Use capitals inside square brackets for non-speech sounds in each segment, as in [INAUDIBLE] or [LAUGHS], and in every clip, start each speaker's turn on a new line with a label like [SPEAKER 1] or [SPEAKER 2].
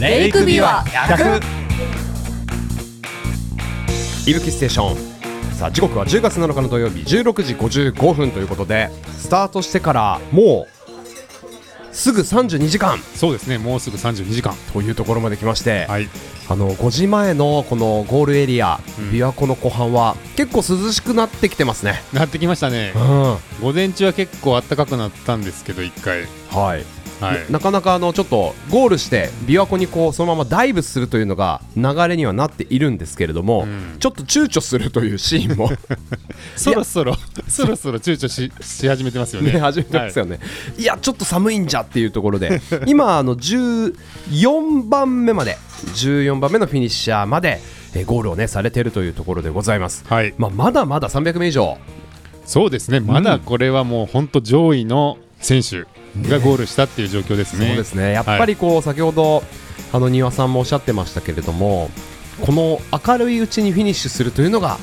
[SPEAKER 1] レイクビュア100
[SPEAKER 2] いぶきステーションさあ時刻は10月7日の土曜日16時55分ということでスタートしてからもうすぐ32時間
[SPEAKER 3] そうですね、もうすぐ32時間。
[SPEAKER 2] というところまで来まして、
[SPEAKER 3] はい。
[SPEAKER 2] あの5時前のこのゴールエリア、
[SPEAKER 3] うん
[SPEAKER 2] 琵琶湖の湖畔は結構涼しくなってきてますね。
[SPEAKER 3] なってきましたね
[SPEAKER 2] う。んは
[SPEAKER 3] 午前中は結構暖かくなったんですけど、一回。
[SPEAKER 2] い、
[SPEAKER 3] はい。
[SPEAKER 2] なかなかあのちょっとゴールして琵琶湖にこうそのままダイブするというのが流れにはなっているんですけれども、
[SPEAKER 3] うん
[SPEAKER 2] ちょっと躊躇するというシーン
[SPEAKER 3] [LAUGHS]
[SPEAKER 2] も
[SPEAKER 3] そ
[SPEAKER 2] [LAUGHS]
[SPEAKER 3] ろそろ、そろそろ躊躇しし始めてますよね。
[SPEAKER 2] ね始めてますよね、い、やちょっと寒いんじゃっていうところで今あの14番目まで14番目のフィニッシャーまでえーゴールをねされているというところでございます、
[SPEAKER 3] はい。はい
[SPEAKER 2] まあ、まだまだ300名以上
[SPEAKER 3] そうですね、まだこれはもう本当上位の選手がゴールしたっていう状況ですね。
[SPEAKER 2] そうですねやっぱりこう、先ほどあの丹羽さんもおっしゃってましたけれどもこの明るいうちにフィニッシュするというのが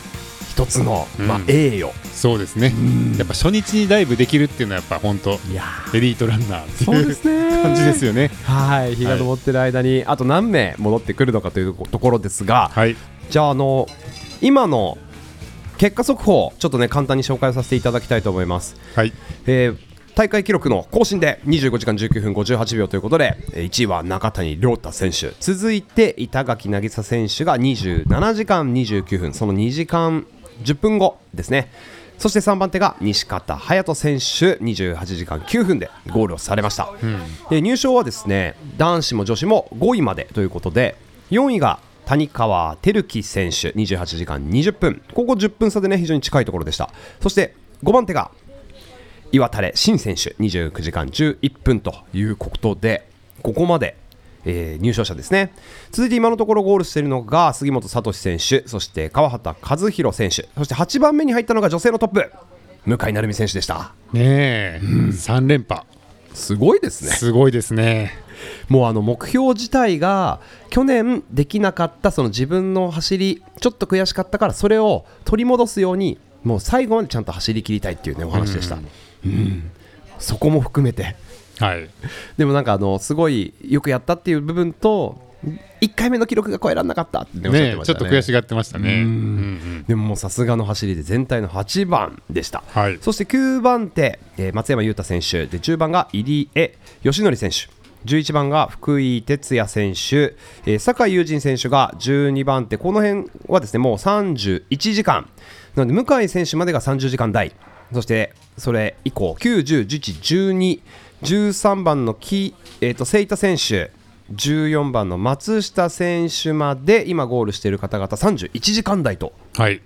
[SPEAKER 2] 一つの、
[SPEAKER 3] うん
[SPEAKER 2] まあ、栄誉
[SPEAKER 3] そうですね。やっぱ初日にダイブできるっていうのはやっぱ本当
[SPEAKER 2] いや
[SPEAKER 3] エリートランナーっていう
[SPEAKER 2] すね
[SPEAKER 3] 感じですよね。
[SPEAKER 2] はい日が昇ってる間に、あと何名戻ってくるのかというところですが、
[SPEAKER 3] はい。
[SPEAKER 2] じゃああの今の結果速報ちょっとね簡単に紹介させていただきたいと思います
[SPEAKER 3] はい。
[SPEAKER 2] えー大会記録の更新で25時間19分58秒ということでえー1位は中谷亮太選手続いて板垣渚選手が27時間29分その2時間10分後ですねそして3番手が西方隼人選手28時間9分でゴールをされました、えー入賞はですね男子も女子も5位までということで4位が谷川輝樹選手28時間20分ここ10分差でね非常に近いところでしたそして5番手が岩垂新選手29時間11分ということでここまで、えー入賞者ですね続いて今のところゴールしているのが杉本聡選手そして川畑和弘選手そして8番目に入ったのが女性のトップ向井成美選手でした
[SPEAKER 3] ねえ、3連覇。
[SPEAKER 2] すごいです
[SPEAKER 3] すごいですね。
[SPEAKER 2] もうあの目標自体が去年できなかったその自分の走りちょっと悔しかったからそれを取り戻すようにもう最後までちゃんと走り切りたいっていうねお話でした、うんそこも含めて
[SPEAKER 3] はい。
[SPEAKER 2] でもなんかあのすごいよくやったっていう部分と1回目の記録が超えられなかったってねおっしゃっ
[SPEAKER 3] ね
[SPEAKER 2] てました
[SPEAKER 3] ちょっと悔し
[SPEAKER 2] が
[SPEAKER 3] がってましたね。うんうん
[SPEAKER 2] でももうさすがの走りで全体の8番でした、
[SPEAKER 3] はい
[SPEAKER 2] そして9番手、えー松山裕太選手で10番が入江義則選手11番が福井哲也選手、えー酒井友人選手が12番手この辺はですねもう31時間なので向井選手までが30時間台そしてそれ以降9、10、11、12、13番の木、えー、と清田選手14番の松下選手まで今ゴールしている方々31時間台と
[SPEAKER 3] はい。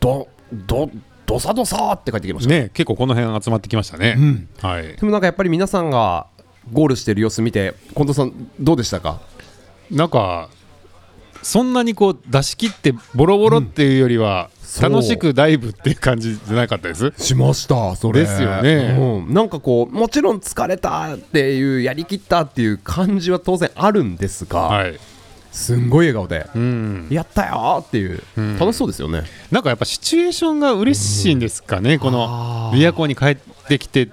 [SPEAKER 2] どどどさどさって帰ってきました、
[SPEAKER 3] ね結構この辺集まってきましたね。はい。
[SPEAKER 2] でもなんかやっぱり皆さんがゴールしてる様子見て近藤さんどうでしたか
[SPEAKER 3] なんかそんなにこう出し切ってボロボロっていうよりは、
[SPEAKER 2] そう
[SPEAKER 3] 楽しくダイブっていう感じじゃなかったです
[SPEAKER 2] しましたそ
[SPEAKER 3] れですよね
[SPEAKER 2] うん、なんかこうもちろん疲れたっていうやりきったっていう感じは当然あるんですが、
[SPEAKER 3] はい、
[SPEAKER 2] すんごい笑顔で、
[SPEAKER 3] うん、
[SPEAKER 2] やったよーっていう、楽しそうですよね
[SPEAKER 3] なんかやっぱシチュエーションが嬉しいんですかね、こ
[SPEAKER 2] あ
[SPEAKER 3] の
[SPEAKER 2] ー
[SPEAKER 3] 琵琶湖に帰ってきて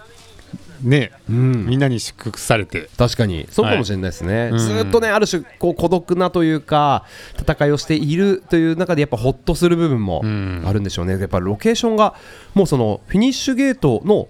[SPEAKER 3] ね、
[SPEAKER 2] ん
[SPEAKER 3] みんなに祝福されて
[SPEAKER 2] 確かにそうかもしれないですね、
[SPEAKER 3] うん
[SPEAKER 2] ずーっとねある種こう孤独なというか戦いをしているという中でやっぱほっとする部分も
[SPEAKER 3] ん
[SPEAKER 2] あるんでしょうね、やっぱロケーションがもうそのフィニッシュゲートの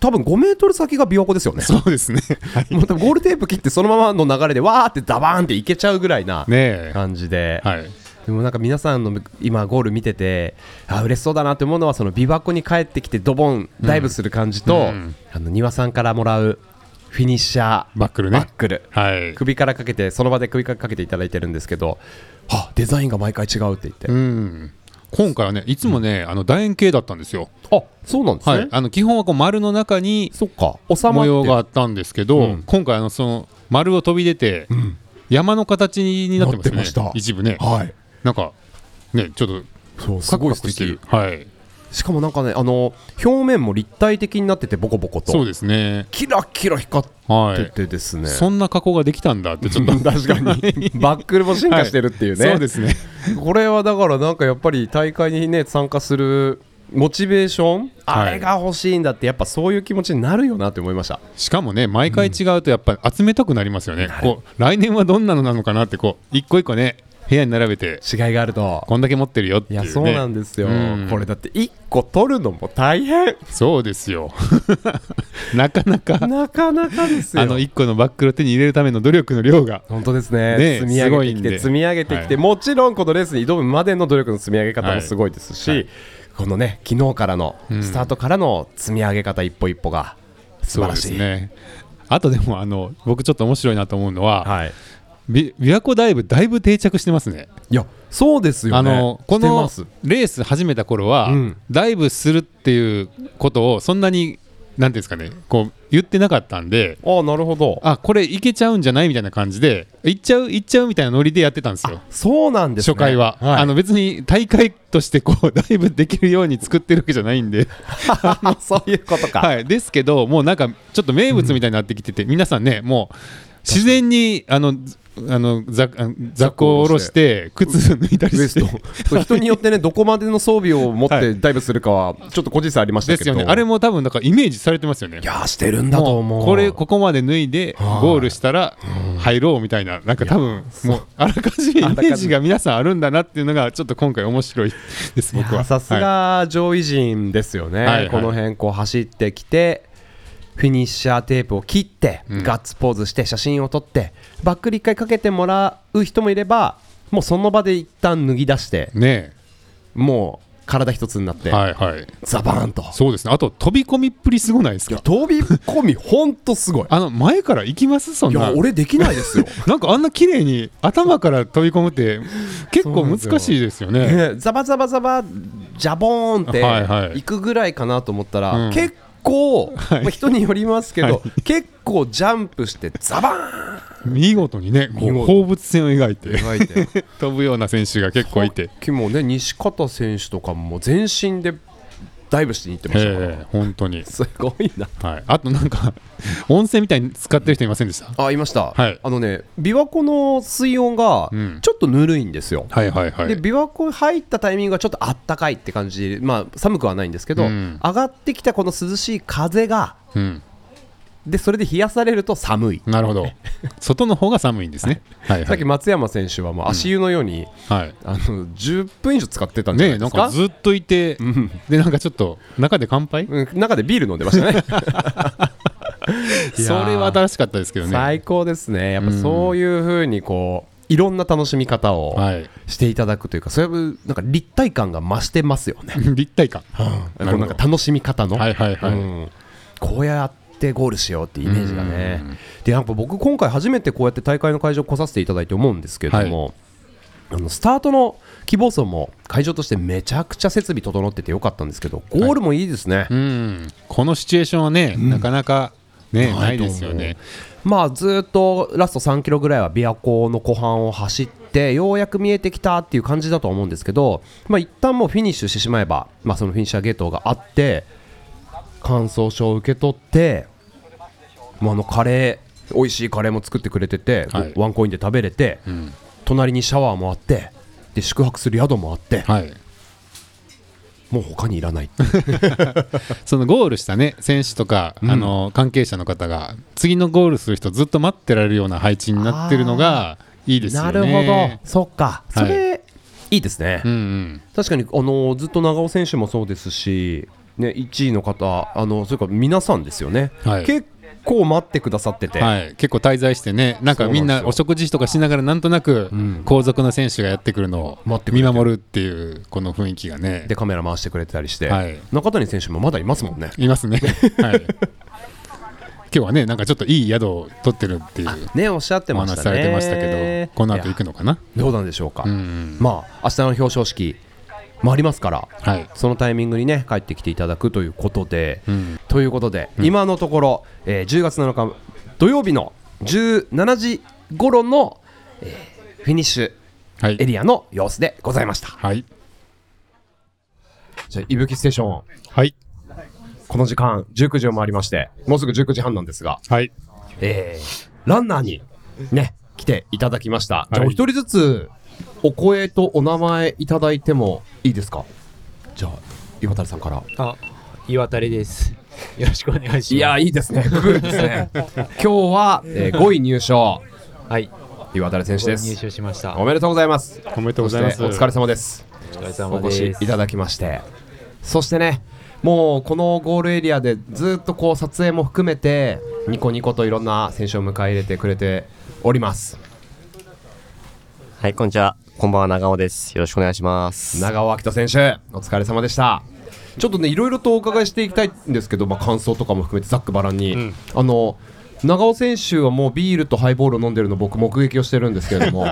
[SPEAKER 2] 多分5メートル先が琵琶湖ですよね
[SPEAKER 3] そうですねはい
[SPEAKER 2] もう多分ゴールテープ切ってそのままの流れでわーってダバーンっていけちゃうぐらいな
[SPEAKER 3] [LAUGHS] ねえ
[SPEAKER 2] 感じで、
[SPEAKER 3] はい
[SPEAKER 2] でもなんか皆さんの今ゴール見ててあ嬉しそうだなって思うのはその琵琶湖に帰ってきてドボンダイブする感じと、
[SPEAKER 3] うん
[SPEAKER 2] あの庭さんからもらうフィニッシャー
[SPEAKER 3] バックルね
[SPEAKER 2] バックル
[SPEAKER 3] はい
[SPEAKER 2] 首からかけてその場で首からかけていただいてるんですけどあデザインが毎回違うって言って、
[SPEAKER 3] うん今回はねいつもね、あの楕円形だったんですよ、
[SPEAKER 2] あそうなんですね、
[SPEAKER 3] はい、あの基本はこう丸の中に
[SPEAKER 2] そっか収ま
[SPEAKER 3] 模
[SPEAKER 2] って
[SPEAKER 3] 様があったんですけど、
[SPEAKER 2] うん
[SPEAKER 3] 今回あのその丸を飛び出て、山の形になってますね
[SPEAKER 2] なってました
[SPEAKER 3] 一部ね
[SPEAKER 2] はい
[SPEAKER 3] なんかねちょっと
[SPEAKER 2] そうす
[SPEAKER 3] カク
[SPEAKER 2] ごい
[SPEAKER 3] カ
[SPEAKER 2] 素
[SPEAKER 3] クして
[SPEAKER 2] 敵
[SPEAKER 3] るはい
[SPEAKER 2] しかもなんかねあの表面も立体的になっててボコボコと
[SPEAKER 3] そうですね
[SPEAKER 2] キラキラ光っ
[SPEAKER 3] は
[SPEAKER 2] て
[SPEAKER 3] い
[SPEAKER 2] てですね、
[SPEAKER 3] そんな加工ができたんだってちょっと
[SPEAKER 2] 確かにバックルも進化してるっていうね、
[SPEAKER 3] そうですね
[SPEAKER 2] これはだからなんかやっぱり大会にね参加するモチベーション、
[SPEAKER 3] はい
[SPEAKER 2] あれが欲しいんだってやっぱそういう気持ちになるよなって思いました
[SPEAKER 3] しかもね毎回違うとやっぱ集めたくなりますよね、こう来年はどんなのなのかなってこう一個一個ね部屋に並べて
[SPEAKER 2] 違いがあると
[SPEAKER 3] こんだけ持ってるよって
[SPEAKER 2] い
[SPEAKER 3] いう、
[SPEAKER 2] や
[SPEAKER 3] ね、
[SPEAKER 2] そうなんですよ、
[SPEAKER 3] うん
[SPEAKER 2] これだって1個取るのも大変
[SPEAKER 3] そうですよ [LAUGHS] なかな
[SPEAKER 2] [LAUGHS]
[SPEAKER 3] か
[SPEAKER 2] なかなかですよ
[SPEAKER 3] あの一個のバックルを手に入れるための努力の量が
[SPEAKER 2] 本当ですね
[SPEAKER 3] ねえ
[SPEAKER 2] 積み上げてき
[SPEAKER 3] すごいん
[SPEAKER 2] て
[SPEAKER 3] で
[SPEAKER 2] 積み上げてきて、
[SPEAKER 3] はい
[SPEAKER 2] もちろんこのレースに挑むまでの努力の積み上げ方もすごいですし、
[SPEAKER 3] はいはい
[SPEAKER 2] このね昨日からの、
[SPEAKER 3] ん
[SPEAKER 2] スタートからの積み上げ方一歩一歩が素晴らしい
[SPEAKER 3] そうですねあとでもあの僕ちょっと面白いなと思うのは、
[SPEAKER 2] はい、
[SPEAKER 3] び琵琶湖ダイブだいぶ定着してますね
[SPEAKER 2] いやそうですよね
[SPEAKER 3] あのこ
[SPEAKER 2] して
[SPEAKER 3] の
[SPEAKER 2] ます
[SPEAKER 3] レース始めた頃は、
[SPEAKER 2] うん
[SPEAKER 3] ダイブするっていうことをそんなになんていうんですかねこう言ってなかったんで
[SPEAKER 2] ああなるほど
[SPEAKER 3] あこれいけちゃうんじゃないみたいな感じで行っちゃう行っちゃうみたいなノリでやってたんですよ
[SPEAKER 2] そうなんです、ね、
[SPEAKER 3] 初回は、あの別に大会としてこう [LAUGHS] ダイブできるように作ってるわけじゃないんで、
[SPEAKER 2] あ [LAUGHS] そういうことか、
[SPEAKER 3] はい、ですけどもうなんかちょっと名物みたいになってきてて、皆さんねもう自然にあのずあのざ雑魚を下ろして靴脱いだり
[SPEAKER 2] ウエ
[SPEAKER 3] し
[SPEAKER 2] ス
[SPEAKER 3] て
[SPEAKER 2] トそ
[SPEAKER 3] [LAUGHS]
[SPEAKER 2] う人によってねどこまでの装備を持っ
[SPEAKER 3] は
[SPEAKER 2] て
[SPEAKER 3] い
[SPEAKER 2] ダイブするかはちょっと個人差ありました
[SPEAKER 3] で
[SPEAKER 2] け
[SPEAKER 3] す
[SPEAKER 2] ど
[SPEAKER 3] よねあれも多分なんかイメージされてますよね
[SPEAKER 2] いやーしてるんだと思う
[SPEAKER 3] もこれここまで脱いでゴールしたら入ろうみたいななんか多分もうあらかじめイメージが皆さんあるんだなっていうのがちょっと今回面白いです僕
[SPEAKER 2] いや
[SPEAKER 3] は
[SPEAKER 2] さす
[SPEAKER 3] は
[SPEAKER 2] が上位陣ですよね、
[SPEAKER 3] はいはい
[SPEAKER 2] この辺こう走ってきてフィニッシャーテープを切って、ガッツポーズして写真を撮ってバックル1回かけてもらう人もいればもうその場で一旦脱ぎ出して
[SPEAKER 3] いね
[SPEAKER 2] もう体一つになって、
[SPEAKER 3] えはいはい
[SPEAKER 2] ザバーンと
[SPEAKER 3] そうですねあと飛び込みっぷりすごないです
[SPEAKER 2] いや
[SPEAKER 3] か
[SPEAKER 2] 飛び込みほんとすごい
[SPEAKER 3] あの前から行きますそ
[SPEAKER 2] い
[SPEAKER 3] んな
[SPEAKER 2] や俺できない
[SPEAKER 3] [LAUGHS]
[SPEAKER 2] ですよ
[SPEAKER 3] なんかあんな綺麗に頭から飛び込むって結構難しいですよね
[SPEAKER 2] ねザバザバザバジャボーンって
[SPEAKER 3] はいはい
[SPEAKER 2] 行くぐらいかなと思ったら、
[SPEAKER 3] うん
[SPEAKER 2] 結構、
[SPEAKER 3] はい
[SPEAKER 2] まあ人によりますけど、
[SPEAKER 3] は
[SPEAKER 2] 結構ジャンプしてザバ
[SPEAKER 3] 見事にねこ
[SPEAKER 2] 見
[SPEAKER 3] う
[SPEAKER 2] 事
[SPEAKER 3] 放物線を描いて
[SPEAKER 2] ーンって
[SPEAKER 3] 飛ぶような選手が結構いて [LAUGHS]
[SPEAKER 2] さっきもね西方選手とかも全身でダイブしてに行ってましたから、
[SPEAKER 3] ええ本当に
[SPEAKER 2] すごいな
[SPEAKER 3] はい、あとなんか [LAUGHS] 温泉みたいに使ってる人いませんでした
[SPEAKER 2] あいました、
[SPEAKER 3] はい
[SPEAKER 2] あのね琵琶湖の水温が
[SPEAKER 3] うん
[SPEAKER 2] ちょっとぬるいんですよ、
[SPEAKER 3] はいはいは
[SPEAKER 2] で琵琶湖入ったタイミングがちょっとあったかいって感じで、まあ、寒くはないんですけど、
[SPEAKER 3] うん
[SPEAKER 2] 上がってきたこの涼しい風が
[SPEAKER 3] うん、
[SPEAKER 2] でそれで冷やされると寒い、
[SPEAKER 3] なるほど外の方が寒いんですねはい
[SPEAKER 2] さ
[SPEAKER 3] は
[SPEAKER 2] っき
[SPEAKER 3] い、
[SPEAKER 2] 松山選手はもう足湯のように、
[SPEAKER 3] はい
[SPEAKER 2] あの10分以上使ってたんじゃな
[SPEAKER 3] ね
[SPEAKER 2] いで
[SPEAKER 3] なん
[SPEAKER 2] すか
[SPEAKER 3] かずっといて、でなんかちょっと中で乾杯、
[SPEAKER 2] うん、中でビール飲んでま
[SPEAKER 3] [LAUGHS]
[SPEAKER 2] したね
[SPEAKER 3] それは新しかったですけどね
[SPEAKER 2] 最高ですねやっぱそういうふうにこういろんな楽しみ方を
[SPEAKER 3] はい [LAUGHS]
[SPEAKER 2] していただくというか、それはなんか立体感が増してますよね
[SPEAKER 3] 立体感、
[SPEAKER 2] こ
[SPEAKER 3] なる
[SPEAKER 2] の
[SPEAKER 3] ほ
[SPEAKER 2] な
[SPEAKER 3] ど
[SPEAKER 2] んか楽しみ方の、
[SPEAKER 3] はいはいはい
[SPEAKER 2] うんこうやってゴールしようってイメージがねでやっぱ僕今回初めてこうやって大会の会場来させていただいて思うんですけれども、あのスタートの希望層も会場としてめちゃくちゃ設備整っててよかったんですけどゴールもいいですね、
[SPEAKER 3] うん、このシチュエーションはね、なかなかね
[SPEAKER 2] ない
[SPEAKER 3] ないですよね
[SPEAKER 2] まあずっとラスト3キロぐらいは琵琶湖の湖畔を走ってようやく見えてきたっていう感じだと思うんですけど、まあ一旦もうフィニッシュしてしまえば、まあ、そのフィニッシャーゲートがあって感想書を受け取って、まあ、あのカレー美味しいカレーも作ってくれてて、
[SPEAKER 3] はい
[SPEAKER 2] ワンコインで食べれて、
[SPEAKER 3] ん
[SPEAKER 2] 隣にシャワーもあってで宿泊する宿もあって、
[SPEAKER 3] はい
[SPEAKER 2] もう他にいらない
[SPEAKER 3] そのゴールしたね選手とか、あの関係者の方が次のゴールする人ずっと待ってられるような配置になってるのがいいですよ
[SPEAKER 2] な
[SPEAKER 3] ね
[SPEAKER 2] るほどそっかそれ、い、いですね、
[SPEAKER 3] うんうん
[SPEAKER 2] 確かに、あのずっと長尾選手もそうですし、ね、1位の方、あのそれから皆さんですよね、
[SPEAKER 3] はい
[SPEAKER 2] 結構待ってくださってて、
[SPEAKER 3] はい、結構滞在してねなんかみん
[SPEAKER 2] そうなんです
[SPEAKER 3] な
[SPEAKER 2] よ
[SPEAKER 3] お食事とかしながらなんとなく後続の選手がやってくるの
[SPEAKER 2] 待って
[SPEAKER 3] を
[SPEAKER 2] くれて
[SPEAKER 3] 見
[SPEAKER 2] る
[SPEAKER 3] 守るっていうこの雰囲気がね
[SPEAKER 2] でカメラ回してくれてたりして、
[SPEAKER 3] はい
[SPEAKER 2] 中谷選手もまだいますもんね。
[SPEAKER 3] いま
[SPEAKER 2] [LAUGHS]
[SPEAKER 3] すね、 [LAUGHS] はい、今日はねなんかちょっといい宿を取ってるっていう
[SPEAKER 2] ね、おっしゃって
[SPEAKER 3] お
[SPEAKER 2] まし
[SPEAKER 3] 話
[SPEAKER 2] た
[SPEAKER 3] され
[SPEAKER 2] ね。
[SPEAKER 3] てましたけどこの後行くのかない
[SPEAKER 2] やどうなんでしょうか、
[SPEAKER 3] うんうん
[SPEAKER 2] まあ明日の表彰式もありますから、
[SPEAKER 3] はい
[SPEAKER 2] そのタイミングにね帰ってきていただくということで、
[SPEAKER 3] ん
[SPEAKER 2] ということで、今のところ、えー10月7日土曜日の17時頃の、えーフィニッシュ
[SPEAKER 3] はい
[SPEAKER 2] エリアの様子でございました。
[SPEAKER 3] はい
[SPEAKER 2] じゃあ、いぶきステーション、
[SPEAKER 3] はい
[SPEAKER 2] この時間、19時を回りまして、もうすぐ19時半なんですが、
[SPEAKER 3] はい
[SPEAKER 2] えー、ランナーに、ね、来ていただきました。じゃあ、お
[SPEAKER 3] はい
[SPEAKER 2] 一人ずつ、お声とお名前いただいてもいいですかじゃあ、岩谷さんから
[SPEAKER 4] あ、岩谷です。よろしくお願いします。
[SPEAKER 2] いや、いいですねググですね [LAUGHS] 今日は、え5位入賞
[SPEAKER 4] はい、
[SPEAKER 2] 岩谷選手
[SPEAKER 4] 入
[SPEAKER 2] です
[SPEAKER 4] 賞しました。
[SPEAKER 2] おめでとうございます
[SPEAKER 3] おめでとうございます。
[SPEAKER 2] そしてお疲れ様です
[SPEAKER 4] お疲れ様
[SPEAKER 2] お
[SPEAKER 4] で
[SPEAKER 2] 越し
[SPEAKER 4] す。
[SPEAKER 2] いただきましてそしてねもうこのゴールエリアでずっとこう撮影も含めてニコニコといろんな選手を迎え入れてくれております
[SPEAKER 1] はい、こんにちは。こんばんは、長尾です。よろしくお願いします。
[SPEAKER 2] 長尾明人選手お疲れ様でしたちょっとねいろいろとお伺いしていきたいんですけど、まあ、感想とかも含めてざっくばらんに、あの長尾選手はもうビールとハイボールを飲んでるの僕目撃をしてるんですけれども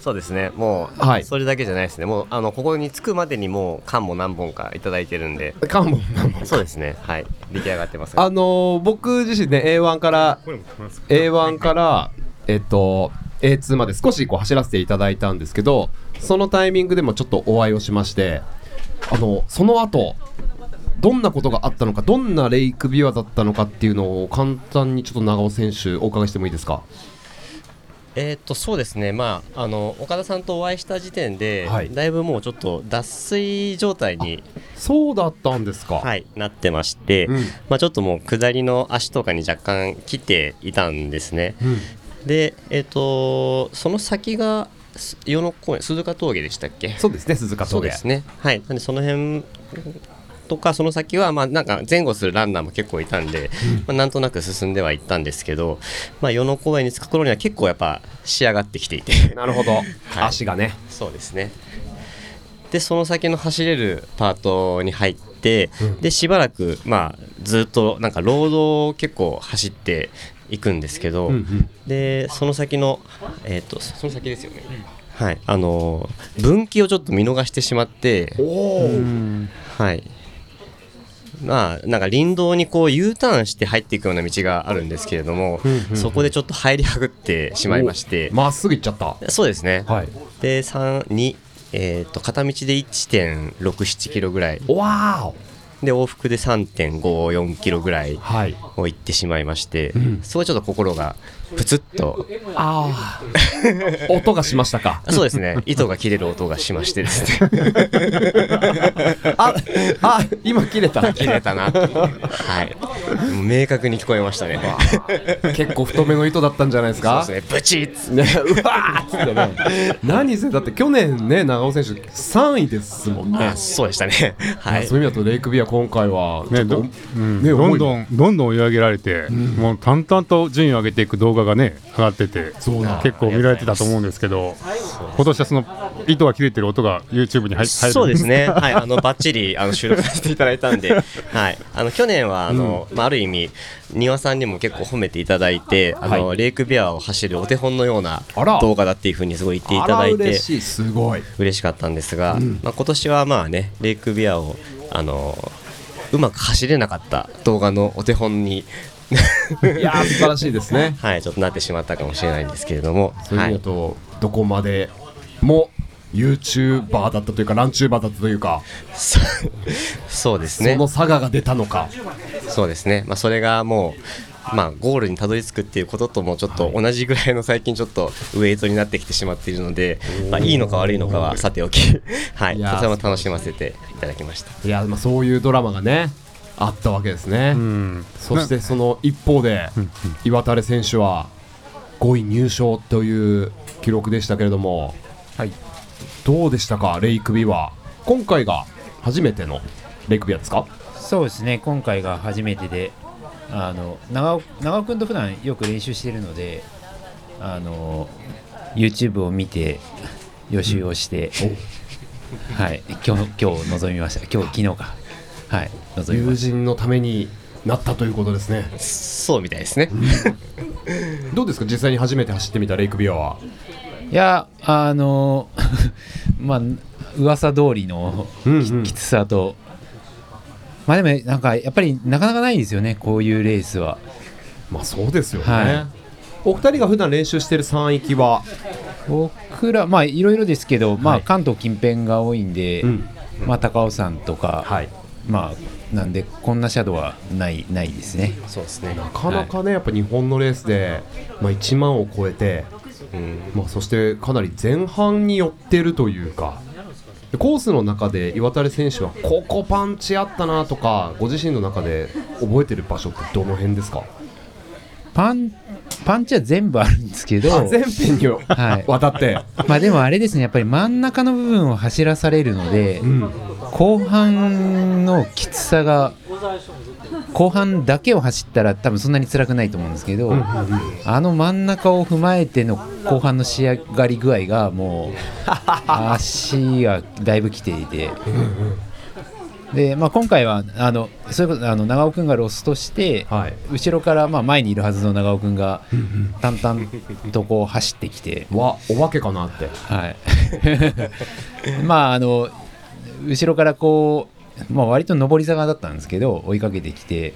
[SPEAKER 1] そうですね。もう、
[SPEAKER 2] はい
[SPEAKER 1] それだけじゃないですね。もう、あの、ここに着くまでにもう、缶も何本かいただいてるんで。
[SPEAKER 2] カンボンカンボン
[SPEAKER 1] そうですね。はい。出来上がってます。
[SPEAKER 2] あのー僕自身ね A1 から
[SPEAKER 3] れも聞こえますか
[SPEAKER 2] A1 からえっと A2 まで少しこう走らせていただいたんですけどそのタイミングでもちょっとお会いをしましてあのその後どんなことがあったのかどんなレイクビワだったのかっていうのを簡単にちょっと長尾選手お伺いしてもいいですか
[SPEAKER 1] えーっとそうですね、まあ、あの岡田さんとお会いした時点で、
[SPEAKER 2] はい
[SPEAKER 1] だいぶもうちょっと脱水状態に、
[SPEAKER 2] そうだったんですか、
[SPEAKER 1] はい、なってまして、
[SPEAKER 2] うん
[SPEAKER 1] まあ、ちょっともう下りの足とかに若干来ていたんですね。
[SPEAKER 2] うん
[SPEAKER 1] で、えーっとその先がす与野公園鈴鹿峠でしたっけ
[SPEAKER 2] そうですね鈴鹿
[SPEAKER 1] そう
[SPEAKER 2] 峠
[SPEAKER 1] ですね、はい、なんでその辺とかその先はまあなんか前後するランナーも結構いたんで、まあ、なんとなく進んではいったんですけど、まあ、与野公園に着く頃には結構やっぱ仕上がってきていて。
[SPEAKER 2] なるほど、足がね
[SPEAKER 1] そうですねでその先の走れるパートに入って、でしばらく、まあ、ずっとなんかロードを結構走っていくんですけど、
[SPEAKER 2] うんうん
[SPEAKER 1] でその先の、えー、とその先ですよね、はいあのー分岐をちょっと見逃してしまってはいまあなんか林道にこう U ターンして入っていくような道があるんですけれども、そこでちょっと入りはぐってしまいまして、
[SPEAKER 2] まっすぐ行っちゃった
[SPEAKER 1] そうですね、
[SPEAKER 2] はい
[SPEAKER 1] で32えー、と片道で1.67キロぐらい
[SPEAKER 2] わ
[SPEAKER 1] で往復で3.54キロぐらい
[SPEAKER 2] ーおはい
[SPEAKER 1] を行ってしまいまして、すごいちょっと心がプツッと
[SPEAKER 2] ああ音がしましたか
[SPEAKER 1] あそうです [LAUGHS] ね糸が切れる音がしましてですね
[SPEAKER 2] あ、あ、今切れた。
[SPEAKER 1] [LAUGHS] 切れたなっていうはいもう明確に聞こえましたね
[SPEAKER 2] 結構太めの糸だったんじゃないですか。
[SPEAKER 1] そうですねブチッつ
[SPEAKER 2] ね、うわーっつってね。何せだって去年ね長尾選手3位ですもんね。
[SPEAKER 1] あそうでしたねはい
[SPEAKER 2] そういう意味だとレイクビア今回はちょ
[SPEAKER 3] ね
[SPEAKER 2] っと
[SPEAKER 3] どうん
[SPEAKER 2] ね
[SPEAKER 3] どん
[SPEAKER 2] 重
[SPEAKER 3] ど
[SPEAKER 2] い
[SPEAKER 3] んどんどん追い上げられて、もう淡々と順位を上げていく動画がね上がってて
[SPEAKER 2] そうだ
[SPEAKER 3] 結構見られてたと思うんですけど今年はその糸が切れてる音が YouTube に入入る
[SPEAKER 1] そうです
[SPEAKER 2] [LAUGHS]
[SPEAKER 1] ね、はい、あのばっちりあの収録させていただいたんで、はい、あの去年はあの、まあ、ある意味、庭さんにも結構褒めていただいて、あのレイクビアを走るお手本のような
[SPEAKER 2] あら
[SPEAKER 1] 動画だっていうふうにすごい言ってい
[SPEAKER 2] あ
[SPEAKER 1] た
[SPEAKER 2] ら
[SPEAKER 1] だいて
[SPEAKER 2] 嬉、しいすごい。
[SPEAKER 1] 嬉しかったんですが、まあ、今年はまあ、ね、レイクビアをあのうまく走れなかった動画のお手本に、 [LAUGHS]
[SPEAKER 2] いやー [LAUGHS] 素晴らしいですね。
[SPEAKER 1] はい、ちょっとなってしまったかもしれないんですけれども。
[SPEAKER 2] そういう意
[SPEAKER 1] は
[SPEAKER 2] 味
[SPEAKER 1] い
[SPEAKER 2] だとどこまでも。ユーチューバーだったというかランチューバーだったというか、
[SPEAKER 1] そそうですね
[SPEAKER 2] その差がが出たのか
[SPEAKER 1] そうですね、まあ、それがもう、まあ、ゴールにたどり着くっていうことともちょっと同じぐらいの最近ちょっとウエイトになってきてしまっているので、まあ、いいのか悪いのかはさておき、
[SPEAKER 5] [LAUGHS]
[SPEAKER 1] はい、
[SPEAKER 2] い
[SPEAKER 1] と
[SPEAKER 2] やー
[SPEAKER 1] ても楽しませていただきました。
[SPEAKER 2] いやまあそういうドラマがねあったわけですね、
[SPEAKER 3] うん
[SPEAKER 2] そしてその一方で、岩垂選手は5位入賞という記録でしたけれども、
[SPEAKER 4] はい
[SPEAKER 2] どうでしたか、レイクビは。今回が初めてのレイクビアですか
[SPEAKER 4] そうですね。今回が初めてで、あの長尾長尾くんと普段よく練習してるので、あの YouTube を見て予習をして、はい、今日今日臨みました。今日昨日か、はい、臨み
[SPEAKER 2] 友
[SPEAKER 4] まし
[SPEAKER 2] 人のためになったということですね。
[SPEAKER 1] そうみたいですね。
[SPEAKER 2] どうですか、実際に初めて走ってみたレイクビアは。
[SPEAKER 4] た。いや、あの [LAUGHS] まあ噂通りの
[SPEAKER 2] うんう
[SPEAKER 4] き,、
[SPEAKER 2] ん
[SPEAKER 4] つさと。まあでもなんかやっぱりなかなかないですよねこういうレースは
[SPEAKER 2] まあそうですよね。
[SPEAKER 4] はい
[SPEAKER 2] お二人が普段練習している3域は、
[SPEAKER 4] 僕らまあいろいろですけど、まあ関東近辺が多いんで、
[SPEAKER 2] うん
[SPEAKER 4] まあ高尾山とか、
[SPEAKER 2] はい
[SPEAKER 4] まあなんでこんなシャドウはないないですね。
[SPEAKER 1] そうですね。
[SPEAKER 2] なかなかね、やっぱ日本のレースで、まあ、1万を超えて、
[SPEAKER 1] うん、
[SPEAKER 2] まあ、そしてかなり前半に寄ってるというか、でコースの中で岩垂選手はここパンチあったなとかご自身の中で覚えてる場所ってどの辺ですか
[SPEAKER 5] パンパンチは全部あるんですけど
[SPEAKER 2] 全編に
[SPEAKER 5] はい
[SPEAKER 2] わたって、
[SPEAKER 5] [LAUGHS] まあでもあれですねやっぱり真ん中の部分を走らされるので、後半のきつさが後半だけを走ったら多分そんなに辛くないと思うんですけど、あの真ん中を踏まえての後半の仕上がり具合が [LAUGHS] もう足がだいぶきていて。でまあ、今回はあのそれこそあの長尾君がロストして、
[SPEAKER 2] はい
[SPEAKER 5] 後ろからまあ前にいるはずの長尾君が淡々とこう走ってきて、
[SPEAKER 2] わお化けかなって
[SPEAKER 5] はい、 [LAUGHS] まああの後ろからこう、まあ、割と上り坂だったんですけど追いかけてきて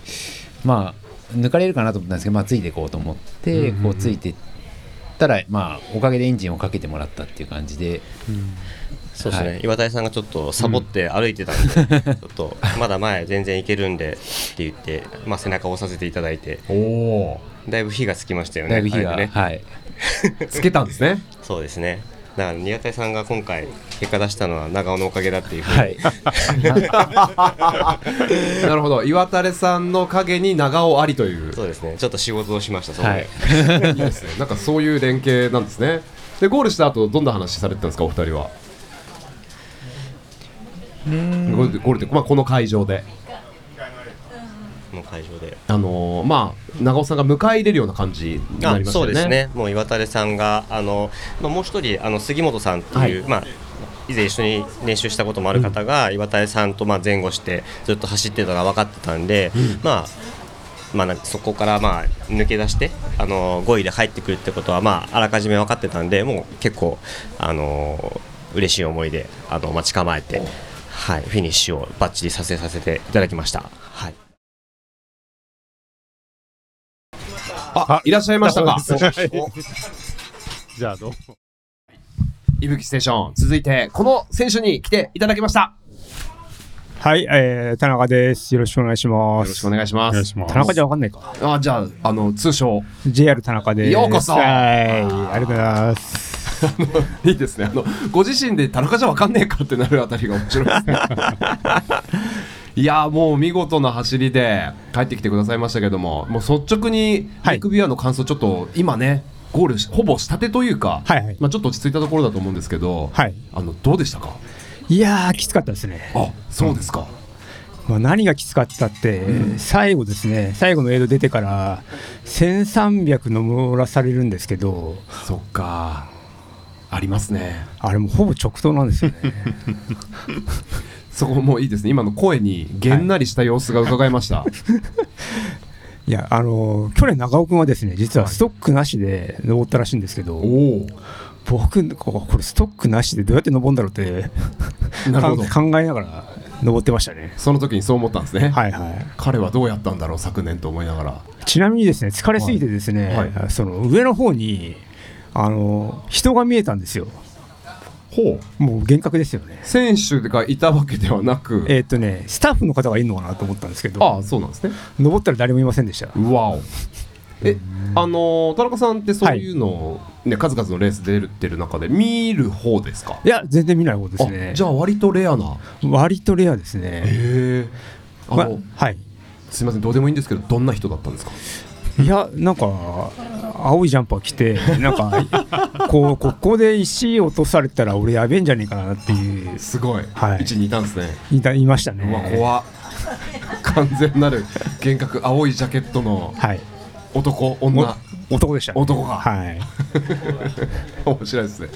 [SPEAKER 5] まあ抜かれるかなと思ったんですけど、まあ、ついていこうと思ってこうついてったら、まあ、おかげでエンジンをかけてもらったっていう感じで
[SPEAKER 1] そうですね、
[SPEAKER 5] はい
[SPEAKER 1] 岩谷さんがちょっとサボって歩いてたんで、ちょっとまだ前全然行けるんでって言って、まあ、背中を押させていただいて
[SPEAKER 2] おお
[SPEAKER 1] だいぶ火がつきましたよね
[SPEAKER 5] だいぶ火
[SPEAKER 1] あ
[SPEAKER 5] が、
[SPEAKER 1] れね
[SPEAKER 5] はい、
[SPEAKER 2] ーつけたんですね
[SPEAKER 1] そうですねだから宮田さんが今回結果出したのは長尾のおかげだっていうふうに、
[SPEAKER 5] はい、
[SPEAKER 2] なるほど岩垂さんの影に長尾ありという
[SPEAKER 1] そうですねちょっと仕事をしましたそこで、
[SPEAKER 5] は
[SPEAKER 2] い
[SPEAKER 5] い、
[SPEAKER 2] いですねなんかそういう連携なんですねでゴールした後どんな話されてたんですかお二人はゴールでゴールで、まあ、この会場で
[SPEAKER 1] もう会場で
[SPEAKER 2] あのーまあ長尾さんが迎え入れるような感じになりました
[SPEAKER 1] そう
[SPEAKER 2] よね
[SPEAKER 1] ですね、もう岩垂さんが、あのまあ、もう一人、あの杉本さんっていう、まあ、以前一緒に練習したこともある方が、岩垂さんとまあ前後して、ずっと走ってたのが分かってたんで、まあ、まあな、そこからまあ抜け出して、あの5位で入ってくるってことは、まあ、あらかじめ分かってたんで、もう結構、あの嬉しい思いであの待ち構えて、はい、フィニッシュをバッチリさせさせていただきました。はい
[SPEAKER 2] あいらっしゃいましたか
[SPEAKER 3] じゃあどうも
[SPEAKER 2] いぶきステーション続いてこの選手に来ていただきました
[SPEAKER 6] はい、えー、田中です。よろしくお願いしま
[SPEAKER 2] よろしく
[SPEAKER 6] す
[SPEAKER 2] お。願いし
[SPEAKER 3] お
[SPEAKER 2] ま
[SPEAKER 3] 願い
[SPEAKER 2] す
[SPEAKER 3] します
[SPEAKER 6] 田中じゃわかんないか。
[SPEAKER 2] あじゃああの通称
[SPEAKER 6] JR 田中です。
[SPEAKER 2] ようこそ
[SPEAKER 6] はい、ありがとうございます。
[SPEAKER 2] [LAUGHS] いいですねあのご自身で田中じゃわかんねえかってなるあたりが面白いです
[SPEAKER 6] [LAUGHS]
[SPEAKER 2] ねいやーもう見事な走りで帰ってきてくださいましたけどももう率直に
[SPEAKER 6] はい
[SPEAKER 2] レクビアの感想ちょっと今ねゴールしほぼ下手というか、
[SPEAKER 6] はいはい
[SPEAKER 2] まあ、ちょっと落ち着いたところだと思うんですけど、
[SPEAKER 6] はい
[SPEAKER 2] あのどうでしたか
[SPEAKER 6] いやー、きつかったですね。
[SPEAKER 2] あそうですか、
[SPEAKER 6] まあ、何がきつかったって、最後ですね、最後のエイド出てから、1300登らされるんですけど、
[SPEAKER 2] そっかありますね
[SPEAKER 6] あれもうほぼ直投なんですよね。
[SPEAKER 2] [LAUGHS] そこもいいですね今の声にげんなりした様子が伺えま
[SPEAKER 6] [LAUGHS]
[SPEAKER 2] した、
[SPEAKER 6] いや、あのー去年長尾くんはですね、実はストックなしで登ったらしいんですけど、
[SPEAKER 2] おお
[SPEAKER 6] 僕こうこれストックなしでどうやって登るんだろうって
[SPEAKER 2] なるほど
[SPEAKER 6] かん考えながら登ってましたね
[SPEAKER 2] その時にそう思ったんですね、
[SPEAKER 6] はいはい
[SPEAKER 2] 彼はどうやったんだろう昨年と思いながら
[SPEAKER 6] ちなみにですね疲れすぎてですね、
[SPEAKER 2] はいは
[SPEAKER 6] その上の方にあの人が見えたんですよ
[SPEAKER 2] ほう
[SPEAKER 6] もう幻覚ですよね
[SPEAKER 2] 選手がいたわけではなく、
[SPEAKER 6] えーっとねスタッフの方がいるのかなと思ったんですけど
[SPEAKER 2] ああそうなんですね
[SPEAKER 6] 登ったら誰もいませんでした
[SPEAKER 2] うわおえあのー田中さんってそういうのを、ね数々のレース出るってる中で見る方ですか
[SPEAKER 6] いや全然見ない方ですね
[SPEAKER 2] あじゃあ割とレアな
[SPEAKER 6] 割とレアですね
[SPEAKER 2] へえあ
[SPEAKER 6] ま
[SPEAKER 2] の、
[SPEAKER 6] はい
[SPEAKER 2] すいませんどうでもいいんですけどどんな人だったんですか
[SPEAKER 6] いやなんか青いジャンパー着てなんか [LAUGHS] こうここで石落とされたら俺やべえんじゃねえかなっていう
[SPEAKER 2] すごい、
[SPEAKER 6] はい
[SPEAKER 2] 位置にいたんですね
[SPEAKER 6] いたいましたね
[SPEAKER 2] うわ怖っ完全なる幻覚青いジャケットの
[SPEAKER 6] はい
[SPEAKER 2] 男女
[SPEAKER 6] お男でした、
[SPEAKER 2] 男が
[SPEAKER 6] はい
[SPEAKER 2] [LAUGHS] 面白いですね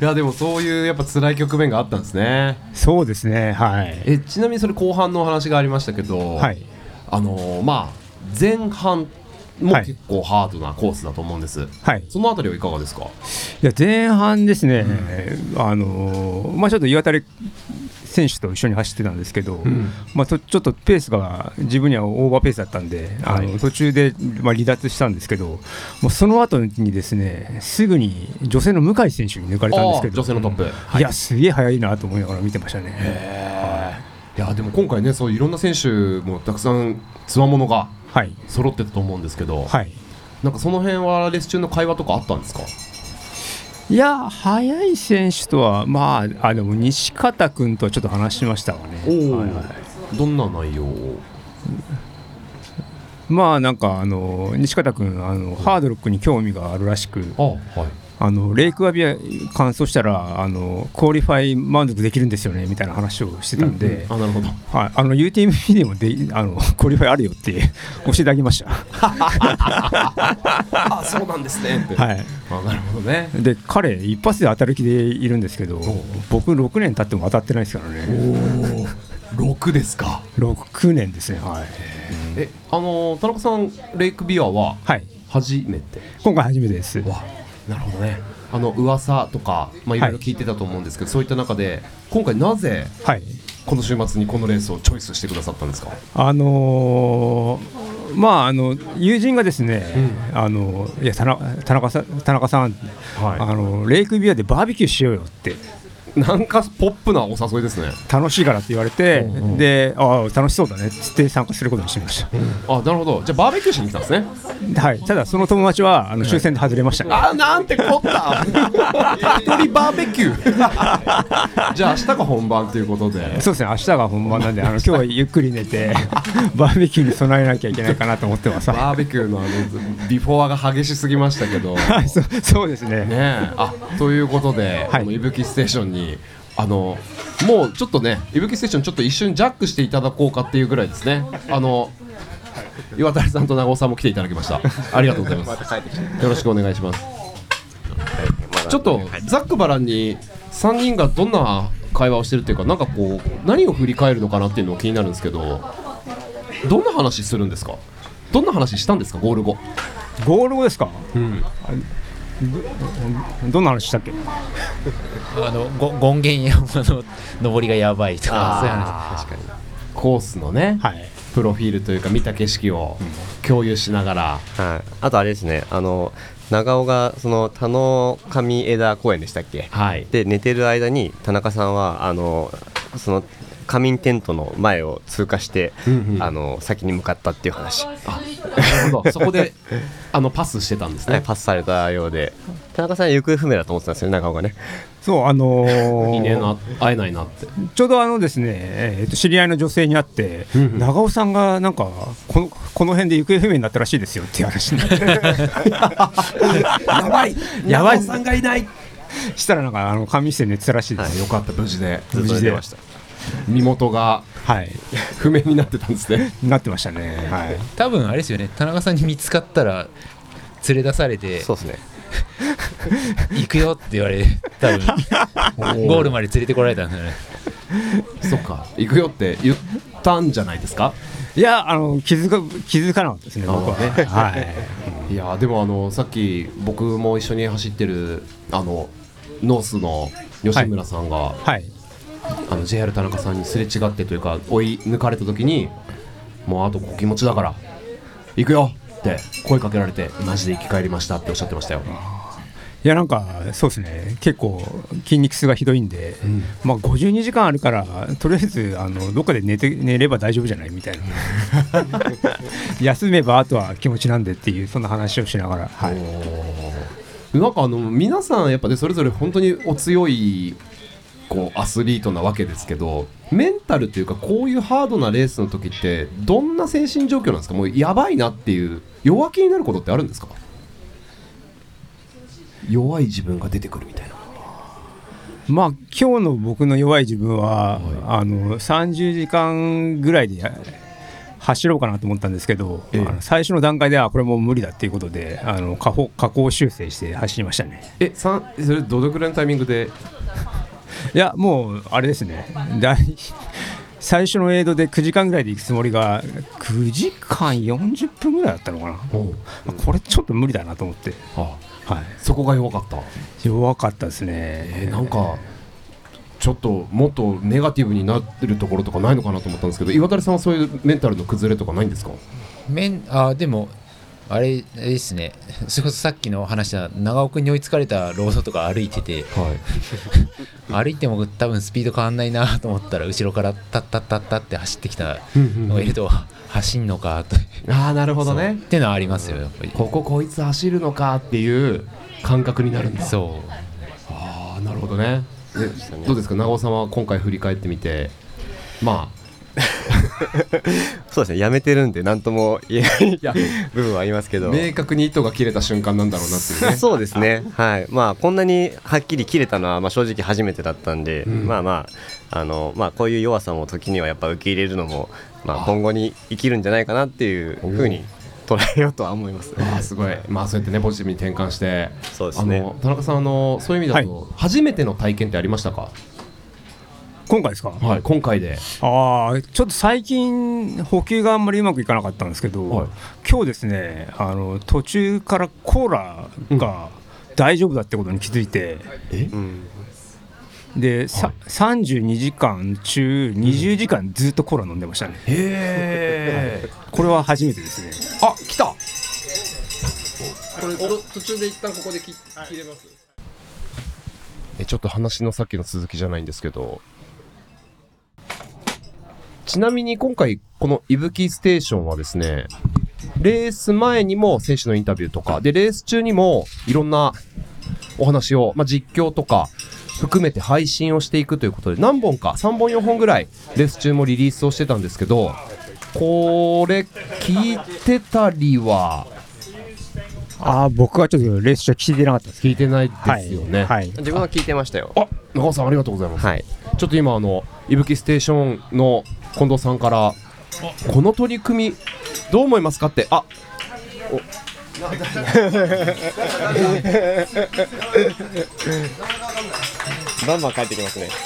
[SPEAKER 2] いやでもそういうやっぱ辛い局面があったんですね
[SPEAKER 6] そうですねはい
[SPEAKER 2] えちなみにそれ後半のお話がありましたけど、
[SPEAKER 6] はい
[SPEAKER 2] あのーまあ前半も
[SPEAKER 6] はい
[SPEAKER 2] 結構ハードなコースだと思うんです、
[SPEAKER 6] はい
[SPEAKER 2] そのあたりはいかがですか
[SPEAKER 6] いや前半ですね、あのーまあ、ちょっと岩垂選手と一緒に走ってたんですけど、まあ、とちょっとペースが自分にはオーバーペースだったんで、あの途中で、まあ、離脱したんですけど、もうその後にですねすぐに女性の向井選手に抜かれたんですけ
[SPEAKER 2] あ
[SPEAKER 6] ど、
[SPEAKER 2] ー女性のトップ、
[SPEAKER 6] い、や、すげえ速いなと思いながら見てましたね。
[SPEAKER 2] いやでも今回ねそういろんな選手もたくさんつわものが
[SPEAKER 6] はい、
[SPEAKER 2] 揃ってたと思うんですけど、
[SPEAKER 6] はい
[SPEAKER 2] なんかその辺はレース中の会話とかあったんですか
[SPEAKER 6] いや、速い選手とは、まあ、あでも西方君とはちょっと話しましたわね。はいはい
[SPEAKER 2] どんな内容を
[SPEAKER 6] まあなんかあの西方君あのハードロックに興味があるらしくあのレイクアビア完走したらあのクオリファイ満足できるんですよねみたいな話をしてたんで、
[SPEAKER 2] あなるほど
[SPEAKER 6] はい、あの UTMB でもであのクオリファイあるよって [LAUGHS] 教えてあげました、 [LAUGHS]
[SPEAKER 2] あそうなんですねって
[SPEAKER 6] はい、
[SPEAKER 2] [LAUGHS] あなるほどね
[SPEAKER 6] で彼一発で当たる気でいるんですけど僕6年経っても当たってないですからね
[SPEAKER 2] 6ですか
[SPEAKER 6] 6年ですねはい、
[SPEAKER 2] えあのー田中さんレイクビアは
[SPEAKER 6] はい、
[SPEAKER 2] 初めて
[SPEAKER 6] 今回初めてです
[SPEAKER 2] わなるほどねあの噂とか、まあ、いろいろ
[SPEAKER 6] はい
[SPEAKER 2] 聞いてたと思うんですけど、そういった中で今回なぜ
[SPEAKER 6] はい
[SPEAKER 2] この週末にこのレースをチョイスしてくださったんですか
[SPEAKER 6] あのーまああの友人がですね、あのいや田中田中さん田中さん、あのレイクビアでバーベキューしようよって
[SPEAKER 2] なんかポップなお誘いですね
[SPEAKER 6] 楽しいからって言われて、でああ楽しそうだねっつって参加することにしました、
[SPEAKER 2] あなるほどじゃあバーベキューしに来たんですね
[SPEAKER 6] はいただその友達はあの終戦で外れましたね、
[SPEAKER 2] あなんてこった一人バーベキュー [LAUGHS] じゃあ明日が本番ということで
[SPEAKER 6] そうですね明日が本番なんであの今日はゆっくり寝
[SPEAKER 2] [LAUGHS]
[SPEAKER 6] てバーベキューに備えなきゃいけないかなと思ってます
[SPEAKER 2] バーベキューのあのビフォーが激しすぎましたけどね
[SPEAKER 6] はいそうそうですね
[SPEAKER 2] えあということで、
[SPEAKER 6] はい
[SPEAKER 2] このいぶきステーションにあのもうちょっとねいぶきステーションちょっと一瞬ジャックしていただこうかっていうぐらいですねあの岩谷さんと長尾さんも来ていただきましたありがとうございますよろしくお願いしますちょっとざっくばらんに3人がどんな会話をしてるっていうかなんかこう何を振り返るのかなっていうのが気になるんですけどどんな話するんですかどんな話したんですかゴール後
[SPEAKER 6] ゴール後ですか、あどどんな話したっけ
[SPEAKER 4] あのご権
[SPEAKER 5] [LAUGHS]
[SPEAKER 4] 現山の登りがやばいとかそういう話
[SPEAKER 2] あーコースのね、
[SPEAKER 6] はい
[SPEAKER 2] プロフィールというか見た景色を共有しながら、
[SPEAKER 1] はい、あとあれですねあの長尾がその田野上枝公園でしたっけ
[SPEAKER 2] はい
[SPEAKER 1] で寝てる間に田中さんはあのその仮眠テントの前を通過して、あの先に向かったっていう話、
[SPEAKER 2] なるほど [LAUGHS] そこであのパスしてたんです
[SPEAKER 1] はい
[SPEAKER 2] ね。
[SPEAKER 1] パスされたようで田中さん行方不明だと思ってたんですよね長尾がね
[SPEAKER 6] そうあのー
[SPEAKER 2] いねえな会えないなって
[SPEAKER 6] ちょうどあのですね、えーと知り合いの女性に会って、長尾さんがなんかこのこの辺で行方不明になったらしいですよっていう話になって
[SPEAKER 2] [LAUGHS] やばい
[SPEAKER 6] やば
[SPEAKER 2] 長
[SPEAKER 6] い
[SPEAKER 2] 尾さんがいない
[SPEAKER 6] したらなんかあの仮眠室で寝てたらしいです、
[SPEAKER 2] よかった無事で
[SPEAKER 6] 無事で
[SPEAKER 1] ました
[SPEAKER 2] 身元が
[SPEAKER 6] はい、
[SPEAKER 2] 不明になってたんですね [LAUGHS]
[SPEAKER 6] なってましたね、はい、
[SPEAKER 5] 多分あれですよね田中さんに見つかったら連れ出されて
[SPEAKER 1] そうですね
[SPEAKER 5] 行くよって言われ多分 [LAUGHS] ゴールまで連れてこられたんだよね
[SPEAKER 2] そっか行くよって言ったんじゃないですか
[SPEAKER 6] いやあの気づか気づかなかったですね僕は、はい、
[SPEAKER 2] いやーでもあのさっき僕も一緒に走ってるあのノースの吉村さんが、
[SPEAKER 6] はい、
[SPEAKER 2] あの JR 田中さんにすれ違ってというか追い抜かれた時にもうあと気持ちだから行くよって声かけられてマジで生き返りましたっておっしゃってましたよ
[SPEAKER 6] いやなんかそうですね結構筋肉痛がひどいんで、まあ52時間あるからとりあえずあのどっかで寝て寝れば大丈夫じゃないみたいな [LAUGHS] 休めばあとは気持ちなんでっていうそんな話をしながら、はい、
[SPEAKER 2] なんかあの皆さんやっぱねそれぞれ本当にお強いこうアスリートなわけですけどメンタルというかこういうハードなレースの時ってどんな精神状況なんですかもうやばいなっていう弱気になることってあるんですか弱い自分が出てくるみたいな
[SPEAKER 6] まあ今日の僕の弱い自分は、あの30時間ぐらいでや走ろうかなと思ったんですけど、
[SPEAKER 2] ええ
[SPEAKER 6] あの最初の段階ではこれもう無理だっていうことであの下方下方修正して走りましたね
[SPEAKER 2] えさんそれどのくらいのタイミングで
[SPEAKER 6] いやもうあれですねだい最初のエイドで9時間ぐらいで行くつもりが9時間40分ぐらいだったのかな、これちょっと無理だなと思って、
[SPEAKER 2] あ
[SPEAKER 6] はい、
[SPEAKER 2] そこが弱かった、
[SPEAKER 6] 弱かったですね、
[SPEAKER 2] えなんかちょっともっとネガティブになってるところとかないのかなと思ったんですけど岩谷さんはそういうメンタルの崩れとかないんですか
[SPEAKER 5] めんあでもあれですねそれこそさっきの話だ長尾君に追いつかれたロードとか歩いてて歩いても多分スピード変わんないなと思ったら後ろからタッタッタッタって走ってきたのがいると走んのかと
[SPEAKER 2] ああなるほど
[SPEAKER 5] そうっていうのはありますよやっぱり
[SPEAKER 2] こここいつ走るのかっていう感覚になるんだ
[SPEAKER 5] そう
[SPEAKER 2] ほどねえどうですか長尾さんは今回振り返ってみてまあ
[SPEAKER 1] [LAUGHS] そうですねやめてるんで何とも言えない
[SPEAKER 2] や
[SPEAKER 1] 部分はありますけ [LAUGHS] ど
[SPEAKER 2] 明確に糸が切れた瞬間なんだろうなっていうね
[SPEAKER 1] [LAUGHS] そうですね、はいまあ、こんなにはっきり切れたのは、まあ、正直初めてだったんで、まあまああの、まあ、こういう弱さも時にはやっぱ受け入れるのも、まあ、今後に生きるんじゃないかなっていうふうに捉えようとは思います。
[SPEAKER 2] あーすごい、まあ、そうやってねポジティブに転換して
[SPEAKER 1] そうですね
[SPEAKER 2] あの田中さんあのそういう意味だと、初めての体験ってありましたか、
[SPEAKER 6] 今回ですか、
[SPEAKER 2] はい、今回で
[SPEAKER 6] ああちょっと最近補給があんまりうまくいかなかったんですけど、
[SPEAKER 2] はい
[SPEAKER 6] 今日ですねあの途中からコーラが大丈夫だってことに気づいて、
[SPEAKER 1] うん
[SPEAKER 6] で、さ32時間中20時間ずっとコーラ飲んでましたね、
[SPEAKER 2] へえ
[SPEAKER 6] これは初めてですね
[SPEAKER 2] あ来たこれ途中で一旦ここで切切れますえちょっと話のさっきの続きじゃないんですけどちなみに今回この「いぶきステーション」はですねレース前にも選手のインタビューとかでレース中にもいろんなお話を、まあ、実況とか含めて配信をしていくということで何本か3本4本ぐらいレース中もリリースをしてたんですけどこれ聞いてたりは
[SPEAKER 6] ああ僕はちょっとレース中聞いてなかったです
[SPEAKER 2] 聞いてないですよね、
[SPEAKER 6] はい、
[SPEAKER 1] 自分は聞いてましたよ。
[SPEAKER 2] あ中尾さんありがとうございます、
[SPEAKER 1] はい、
[SPEAKER 2] ちょっと今あの「いぶきステーション」の近藤さんから「この取り組みどう思いますか?」ってあ
[SPEAKER 1] バンバン帰ってきますね。 [LAUGHS]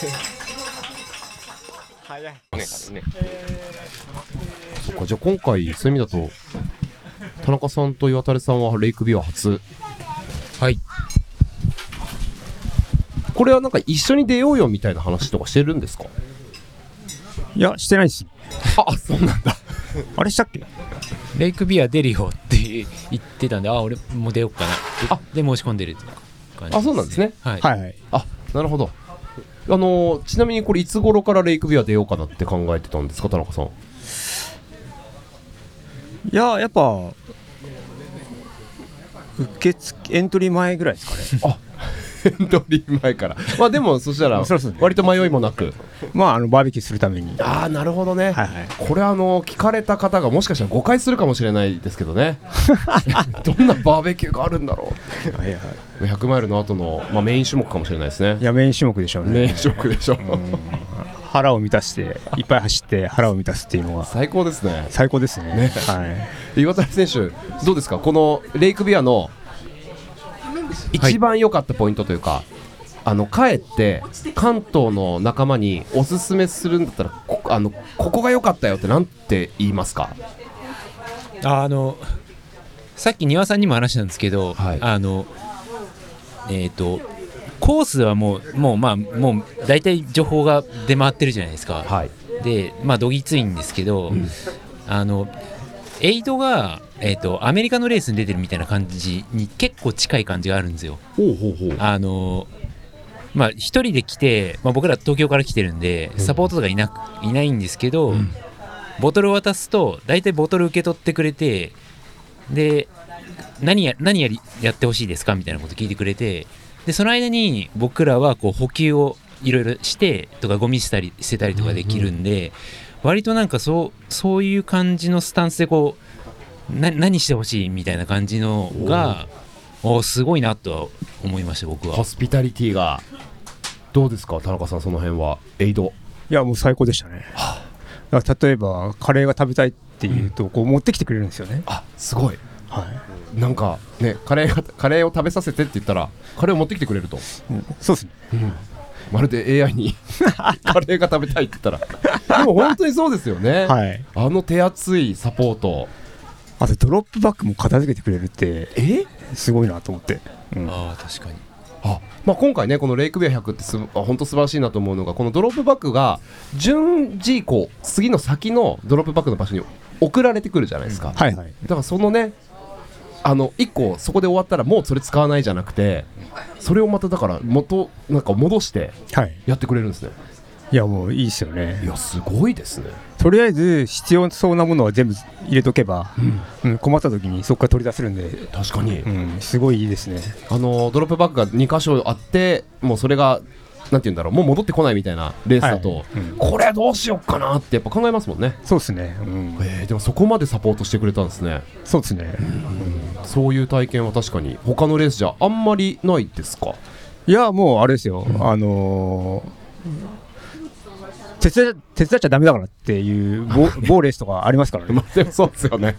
[SPEAKER 1] 早いね。
[SPEAKER 2] そっかじゃあ今回そういう意味だと田中さんと岩垂さんはレイクビューは初
[SPEAKER 5] はい
[SPEAKER 2] これはなんか一緒に出ようよみたいな話とかしてるんですか
[SPEAKER 6] いやしてないし
[SPEAKER 2] あそうなんだ
[SPEAKER 6] あれしたっけ
[SPEAKER 5] レイクビア出るよって言ってたんであ俺もう出ようかな
[SPEAKER 2] あ
[SPEAKER 5] で申し込んでる感じ
[SPEAKER 2] あそうなんですね
[SPEAKER 5] はい、
[SPEAKER 6] はい、はい、
[SPEAKER 2] あなるほどあのーちなみにこれいつ頃からレイクビューは出ようかなって考えてたんですか田中さん
[SPEAKER 6] いややっぱ受付エントリー前ぐらいですかね
[SPEAKER 2] エントリー前からまあでもそしたら
[SPEAKER 6] そうそう
[SPEAKER 2] 割と迷いもなく
[SPEAKER 6] まああのバーベキューするために
[SPEAKER 2] ああなるほどね、
[SPEAKER 6] はいはい
[SPEAKER 2] これあの聞かれた方がもしかしたら誤解するかもしれないですけど [LAUGHS] ねどんなバーベキューがあるんだろ
[SPEAKER 6] いや
[SPEAKER 2] う100マイルの後のまあ、メイン種目かもしれないですね
[SPEAKER 6] メイン種目でしょうね
[SPEAKER 2] メイン種目でしょ
[SPEAKER 6] 腹を満たしていっぱい走って腹を満たすっていうのは
[SPEAKER 2] 最高ですね
[SPEAKER 6] 最高ですねはい
[SPEAKER 2] 岩谷選手どうですかこのレイクビアの一番良かったポイントというか、あの帰って関東の仲間におすすめするんだったらこあのここが良かったよってなんて言いますか
[SPEAKER 5] あのさっき丹羽さんにも話したんですけど、
[SPEAKER 2] はい
[SPEAKER 5] あのえっ、とコースはもうもうまあもう大体情報が出回ってるじゃないですか、
[SPEAKER 2] はい
[SPEAKER 5] でまあどぎついんですけど、あのエイドが、えー、とアメリカのレースに出てるみたいな感じに結構近い感じがあるんですよ。
[SPEAKER 2] ほうほうほう
[SPEAKER 5] あのまあ、一人で来て、まあ、僕ら東京から来てるんでサポートとかいなくいないんですけど、ボトルを渡すと大体ボトル受け取ってくれてで何や何やりやってほしいですかみたいなこと聞いてくれてでその間に僕らはこう補給をいろいろしてとかゴミしたり捨てたりとかできるんで、割となんかそうそういう感じのスタンスでこうな何してほしいみたいな感じのがおすごいなとは思いました僕は
[SPEAKER 2] ホ。スピタリティがどうですか田中さんその辺はエイド
[SPEAKER 6] いやもう最高でしたねだから例えばカレーが食べたいっていうとこう持ってきてくれるんですよね、
[SPEAKER 2] あすごい
[SPEAKER 6] はい
[SPEAKER 2] なんかねカレーがカレーを食べさせてって言ったらカレーを持ってきてくれると
[SPEAKER 6] そうですね
[SPEAKER 2] まるで AI に [LAUGHS] カレーが食べたいって言ったらでも本当にそうですよね、
[SPEAKER 6] はい
[SPEAKER 2] あの手厚いサポート
[SPEAKER 6] あとドロップバッグも片付けてくれるって
[SPEAKER 2] え
[SPEAKER 6] すごいなと思って、うん
[SPEAKER 5] ああ確かに
[SPEAKER 2] あまあ、今回ね、このレイクビア100ってすあ本当素晴らしいなと思うのが、このドロップバッグが順次以降、次の先のドロップバッグの場所に送られてくるじゃないですか、
[SPEAKER 6] はいはい
[SPEAKER 2] だからそのねあの1個そこで終わったらもうそれ使わないじゃなくてそれをまただから元なんか戻して
[SPEAKER 6] はい
[SPEAKER 2] やってくれるんですね
[SPEAKER 6] いやもういいですよね
[SPEAKER 2] いやすごいですね
[SPEAKER 6] とりあえず必要そうなものは全部入れとけば、うん困った時にそこから取り出せるんで、
[SPEAKER 2] 確かに、
[SPEAKER 6] うん、すごいいいですね
[SPEAKER 2] あのドロップバッグが2箇所あってもうそれがなんて言うんだろうもう戻ってこないみたいなレースだと、
[SPEAKER 6] はいうん
[SPEAKER 2] これどうしようかなってやっぱ考えますもんね
[SPEAKER 6] そうですね、うん、
[SPEAKER 2] えーでもそこまでサポートしてくれたんですね
[SPEAKER 6] そうですね、
[SPEAKER 2] そういう体験は確かに他のレースじゃあんまりないですか [LAUGHS]
[SPEAKER 6] いやもうあれですよ、あのー手伝手伝っちゃダメだからっていうボボーレースとかありますからね、
[SPEAKER 2] でもそうですよね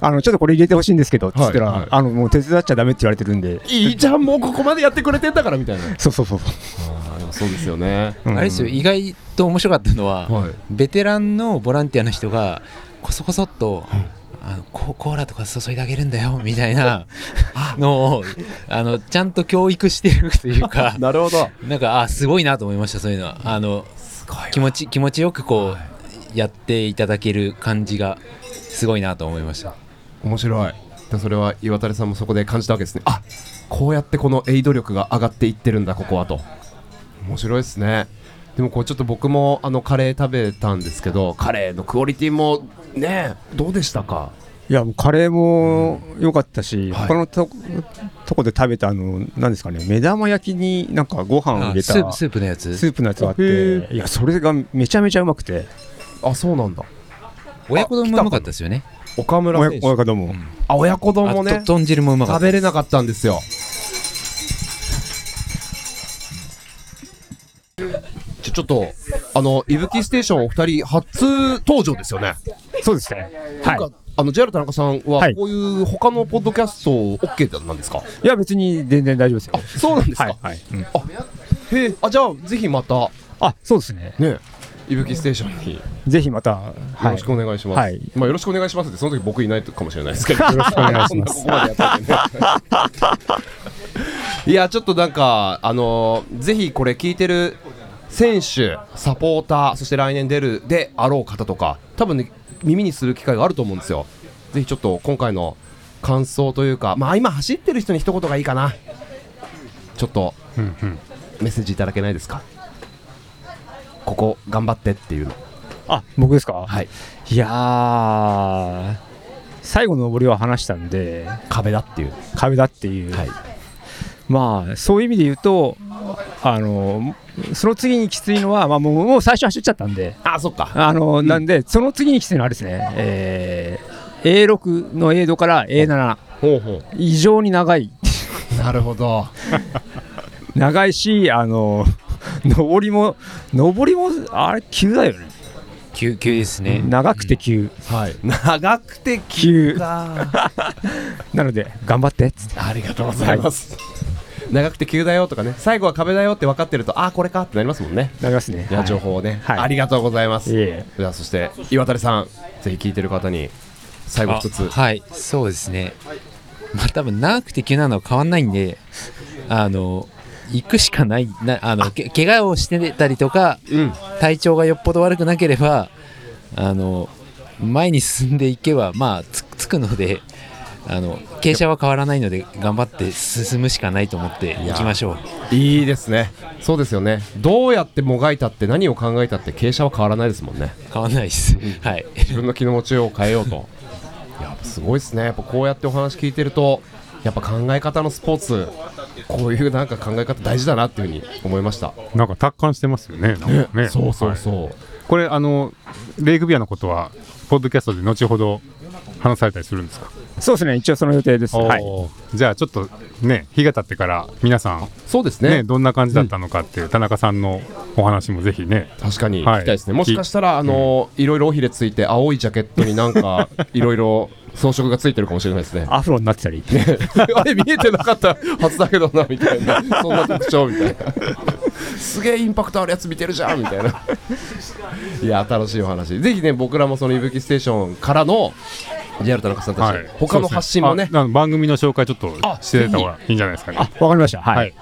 [SPEAKER 6] あのちょっとこれ入れてほしいんですけどっつったら、
[SPEAKER 2] はいはい
[SPEAKER 6] あのもう手伝っちゃダメって言われてるんで、
[SPEAKER 2] [LAUGHS] いいじゃんもうここまでやってくれてんだからみたいな
[SPEAKER 6] そうそうそう、
[SPEAKER 2] あでも [LAUGHS] そうですよね
[SPEAKER 6] うん
[SPEAKER 5] あれですよ意外と面白かったのは、
[SPEAKER 2] はい
[SPEAKER 5] ベテランのボランティアの人がこそこそっと、あのココーラとか注いであげるんだよみ [LAUGHS] たいなのをあのちゃんと教育してるというか
[SPEAKER 2] なるほど
[SPEAKER 5] なんかあすごいなと思いましたそういうのはあの気持ち気持ちよくこう、やっていただける感じがすごいなと思いました
[SPEAKER 2] 面白いでそれは岩垂さんもそこで感じたわけですねあこうやってこのエイド力が上がっていってるんだここはと面白いですねでもこうちょっと僕もあのカレー食べたんですけどカレーのクオリティもねどうでしたか
[SPEAKER 6] いやもうカレーも良かったし、
[SPEAKER 2] はい
[SPEAKER 6] 他のととこで食べたあの何ですかね目玉焼きになんかご飯を入れた
[SPEAKER 5] スープスープのや
[SPEAKER 6] ス
[SPEAKER 5] つ
[SPEAKER 6] ープのやつがあっていやそれがめちゃめちゃうまくて
[SPEAKER 2] あそうなんだ
[SPEAKER 5] 親子丼もうまかったですよね
[SPEAKER 2] 岡村
[SPEAKER 6] 親
[SPEAKER 2] 選手
[SPEAKER 6] 親方も
[SPEAKER 2] あ親子丼
[SPEAKER 5] あ
[SPEAKER 2] も
[SPEAKER 5] と
[SPEAKER 2] ね
[SPEAKER 5] 豚汁もうまかっ
[SPEAKER 2] 食
[SPEAKER 5] た
[SPEAKER 2] べれなかったんですよちょちょっとあのいぶきステーションお二人初登場ですよね
[SPEAKER 6] そうですねはい
[SPEAKER 2] なんかあの JR 田中さん
[SPEAKER 6] は
[SPEAKER 2] はいこういう他のポッドキャスト OK なんですか、
[SPEAKER 6] いや別に全然大丈夫ですよ
[SPEAKER 2] そうなんですか、
[SPEAKER 6] はいはい、うん
[SPEAKER 2] へえあじゃあぜひまた
[SPEAKER 6] あそうですね
[SPEAKER 2] ねいぶきステーションによ
[SPEAKER 6] ぜひまたは
[SPEAKER 2] ろしくお願いします、
[SPEAKER 6] はい
[SPEAKER 2] まあよろしくお願いしますってその時僕いないかもしれないですけ
[SPEAKER 6] [LAUGHS]
[SPEAKER 2] どよろしく
[SPEAKER 6] お願いします
[SPEAKER 2] ここまでやったんでねいやちょっとなんかあのーぜひこれ聞いてる選手サポーターそして来年出るであろう方とか多分ね耳にする機会があると思うんですよぜひちょっと今回の感想というかまあ今走ってる人に一言がいいかなちょっとメッセージいただけないですかここ頑張ってっていうの
[SPEAKER 6] あ僕ですか
[SPEAKER 2] はい
[SPEAKER 6] いやー最後の登りは話したんで
[SPEAKER 2] 壁だっていう
[SPEAKER 6] 壁だっていう、
[SPEAKER 2] はい
[SPEAKER 6] まあそういう意味で言うとあのその次にきついのは、まあ、もうもう最初走っちゃったんで
[SPEAKER 2] あそっか
[SPEAKER 6] あの、なんでその次にきついのはあれですね、えー A6 の A 度から A7
[SPEAKER 2] ほうほ
[SPEAKER 6] 異常に長い
[SPEAKER 2] [LAUGHS]
[SPEAKER 6] う
[SPEAKER 2] なるほど
[SPEAKER 6] [LAUGHS] 長いしあの上りも上りもあれ急だよね
[SPEAKER 5] 急急ですね、
[SPEAKER 6] 長くて急、
[SPEAKER 2] はい長くて
[SPEAKER 6] 急
[SPEAKER 2] だ
[SPEAKER 6] なので頑張ってっつって
[SPEAKER 2] ありがとうございます、長くて急だよとかね最後は壁だよって分かってるとあこれかってなりますもんね
[SPEAKER 6] なりますね
[SPEAKER 2] いや
[SPEAKER 6] はい
[SPEAKER 2] 情報をね、
[SPEAKER 6] はい
[SPEAKER 2] ありがとうございます
[SPEAKER 6] いえいえ
[SPEAKER 2] ではそして岩谷さんぜひ聞いてる方に最後一つ
[SPEAKER 5] あはいそうですねまあ多分長くて急なのは変わんないんであの行くしかないなあのけ怪我をしてたりとか、
[SPEAKER 2] ん
[SPEAKER 5] 体調がよっぽど悪くなければあの前に進んでいけばまあつつくのであの傾斜は変わらないので頑張って進むしかないと思って行きましょう
[SPEAKER 2] いいですねそうですよねどうやってもがいたって何を考えたって傾斜は変わらないですもんね
[SPEAKER 5] 変わらないです、はい
[SPEAKER 2] 自分の気持ちを変えようと [LAUGHS] いやすごいですねやっぱこうやってお話聞いてるとやっぱ考え方のスポーツこういうなんか考え方大事だなっていうふうに思いました、
[SPEAKER 3] なんか達観してますよねなんかね
[SPEAKER 2] そうそう
[SPEAKER 3] う
[SPEAKER 2] そう、
[SPEAKER 3] これあのレイクビアのことはポッドキャストで後ほど話されたりするんですか
[SPEAKER 6] そうですね一応その予定ですはい
[SPEAKER 3] おーじゃあちょっとね日が経ってから皆さん
[SPEAKER 2] そうですね
[SPEAKER 3] ねどんな感じだったのかっていう田中さんのお話もぜひね
[SPEAKER 2] 確かに聞き
[SPEAKER 3] はい
[SPEAKER 2] たいですね、もしかしたらあの、いろいろ尾ひれついて青いジャケットになん
[SPEAKER 3] [LAUGHS]
[SPEAKER 2] かいろいろ装飾がついてるかもしれないですね
[SPEAKER 6] アフロになってたり
[SPEAKER 2] [LAUGHS] あれ見えてなかったはずだけどなみたい
[SPEAKER 3] [LAUGHS]
[SPEAKER 2] なそんな特徴みたいなすげえインパクトあるやつ見てるじゃんみたい
[SPEAKER 3] [LAUGHS]
[SPEAKER 2] ないや楽しいお話ぜひね僕らもその「いぶきステーション」からの JR 田中さんたち、
[SPEAKER 3] はい
[SPEAKER 2] 他の発信もね
[SPEAKER 3] そうですああの番組の紹介ちょっと
[SPEAKER 2] あ
[SPEAKER 3] してた方がいいんじゃないですかね
[SPEAKER 6] わかりましたはい、
[SPEAKER 3] はい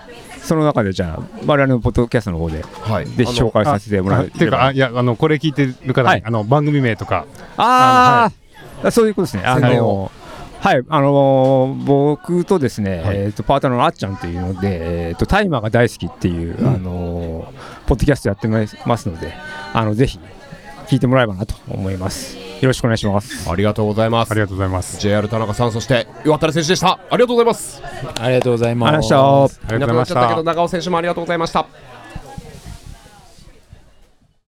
[SPEAKER 6] その中でじゃあ我々のポッドキャストの方で
[SPEAKER 2] はい
[SPEAKER 6] ぜひ紹介させてもら
[SPEAKER 3] あ
[SPEAKER 6] えれば
[SPEAKER 3] ていうかあいやあのこれ聞いてる方に、
[SPEAKER 6] はい
[SPEAKER 3] あの番組名とか
[SPEAKER 6] ああ、そういうことですね。あ
[SPEAKER 2] 宣伝
[SPEAKER 6] の
[SPEAKER 2] を、
[SPEAKER 6] はい、あのー僕とですね、えー、とパートナーのあっちゃんというので、えー、とタイマーが大好きっていう、あのーポッドキャストやってますのであのぜひ聞いてもらえればなと思いますよろしくお願いします
[SPEAKER 2] ありがとうございます
[SPEAKER 3] ありがとうございます。
[SPEAKER 2] JR 田中さんそして岩田選手でしたありがとうございます
[SPEAKER 5] ありがとうござい
[SPEAKER 6] ありが
[SPEAKER 5] ま
[SPEAKER 6] とうご
[SPEAKER 5] す
[SPEAKER 6] ざいました
[SPEAKER 3] ありがとうござい
[SPEAKER 2] いなくな
[SPEAKER 3] まし
[SPEAKER 2] っちゃったけ
[SPEAKER 3] た
[SPEAKER 2] ど。長尾選手もありがとうございました